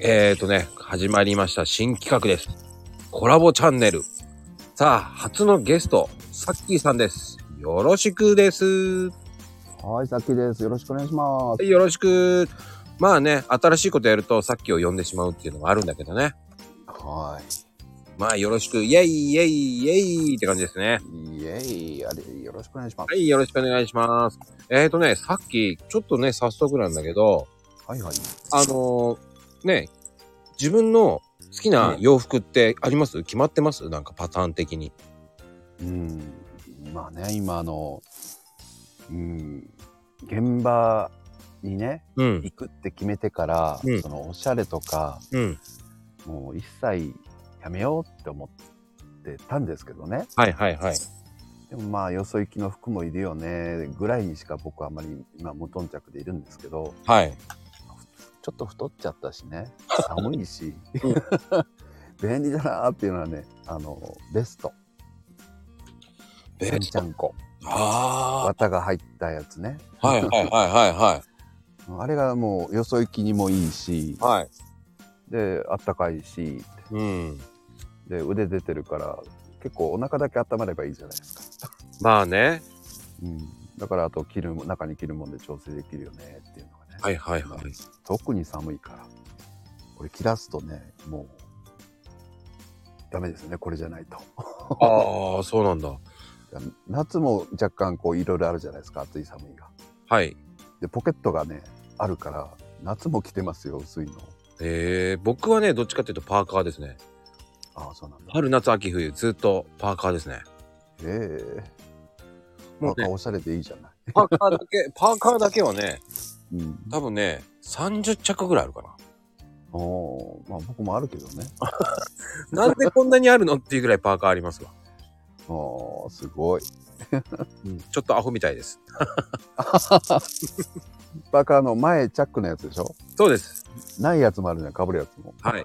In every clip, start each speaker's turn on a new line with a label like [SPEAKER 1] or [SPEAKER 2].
[SPEAKER 1] えっ、ー、とね、始まりました新企画です。コラボチャンネル。さあ、初のゲスト、サッキーさんです。よろしくです。は
[SPEAKER 2] はい、さっきです。よろしくお願いします。
[SPEAKER 1] いよろしく。まあね、新しいことやるとサッキーを呼んでしまうっていうのがあるんだけどね。
[SPEAKER 2] は
[SPEAKER 1] まあよろしく、イェイイェイイェイって感じですね。
[SPEAKER 2] い。イエイ、あれ、よろしくお願いしま
[SPEAKER 1] はい、よろしくお願いします。えっ、ー、とね、さっき、ちょっとね、早速なんだけど、
[SPEAKER 2] す。はいはい。
[SPEAKER 1] あのーね、自分の好きな洋服ってあります、決まってますなんかパターン的に。
[SPEAKER 2] うん、まあね、今あの、うん、現場にね、
[SPEAKER 1] うん。
[SPEAKER 2] 行くって決めてから、
[SPEAKER 1] うん
[SPEAKER 2] そのおしゃれとか、
[SPEAKER 1] うん。
[SPEAKER 2] もう一切やめようって思ってたんですけどね。
[SPEAKER 1] はいはいはい。
[SPEAKER 2] でもまあ、よそ行きの服もいるよね、ぐらいにしか僕はあまり今無頓着でいるんですけど、
[SPEAKER 1] はい。
[SPEAKER 2] ちょっと太っちゃったし ね寒いし 便利だなーっていうのはねあのベスト
[SPEAKER 1] ベ
[SPEAKER 2] ちゃん
[SPEAKER 1] ー
[SPEAKER 2] ちゃんこ
[SPEAKER 1] あ
[SPEAKER 2] 綿が入ったやつね
[SPEAKER 1] あ。はいはいはいはいは
[SPEAKER 2] あれがもうよそ行きにもいいし
[SPEAKER 1] い。はい。
[SPEAKER 2] であったかいし
[SPEAKER 1] うん。
[SPEAKER 2] で腕出てるから結構お腹だけ温まればいいじゃないですか、
[SPEAKER 1] まあね。
[SPEAKER 2] うん、だからあと着るも中に着るもんで調整できるよねっていうのがね、
[SPEAKER 1] はいはいはい。
[SPEAKER 2] 特に寒いからこれ着出すとねもうダメですねこれじゃないと。
[SPEAKER 1] ああ、そうなんだ。
[SPEAKER 2] 夏も若干こういろいろあるじゃないですか暑い寒いが
[SPEAKER 1] はい。
[SPEAKER 2] でポケットがねあるから夏も着てますよ薄いの
[SPEAKER 1] えー、僕はね、どっちかっていうとパーカーですね。
[SPEAKER 2] ああそうなんだ
[SPEAKER 1] 春、夏、秋、冬、ずっとパーカーですね。
[SPEAKER 2] ええ
[SPEAKER 1] も
[SPEAKER 2] な
[SPEAKER 1] うんね
[SPEAKER 2] かおしゃれでいいじゃない、
[SPEAKER 1] パーカーだけ、 パーカーだけはね、
[SPEAKER 2] うん、
[SPEAKER 1] 多分ね、30着ぐらいあるかな。
[SPEAKER 2] おおまあ僕もあるけどね
[SPEAKER 1] なんでこんなにあるのっていうぐらいパーカーありますわ。
[SPEAKER 2] おーすごい
[SPEAKER 1] うん、ちょっとアホみたいです。
[SPEAKER 2] バカの前チャックのやつでしょ
[SPEAKER 1] そうです。
[SPEAKER 2] ないやつもあるじゃんかぶるやつも
[SPEAKER 1] はい。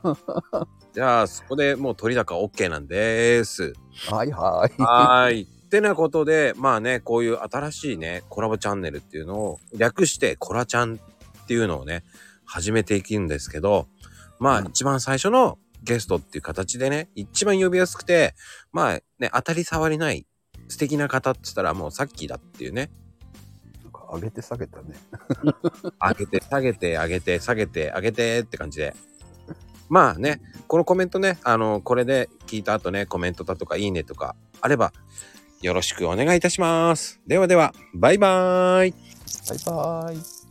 [SPEAKER 1] じゃあ、そこでもう取り高 OK なんです。
[SPEAKER 2] はいはい
[SPEAKER 1] はーい。ってなことで、まあね、こういう新しいね、コラボチャンネルっていうのを、略してコラちゃんっていうのをね、始めていくんですけど、まあ
[SPEAKER 2] うん
[SPEAKER 1] 一番最初のゲストっていう形でね、一番呼びやすくて、まあね、当たり障りない素敵な方って言ったらもうさっきだっていうね、
[SPEAKER 2] なんか上げて下げたね
[SPEAKER 1] 上げて下げて上げて下げて上げてって感じでまあねこのコメントねあのこれで聞いた後ねコメントだとかいいねとかあればよろしくお願いいたしますではではバイバーイ
[SPEAKER 2] バイバーイ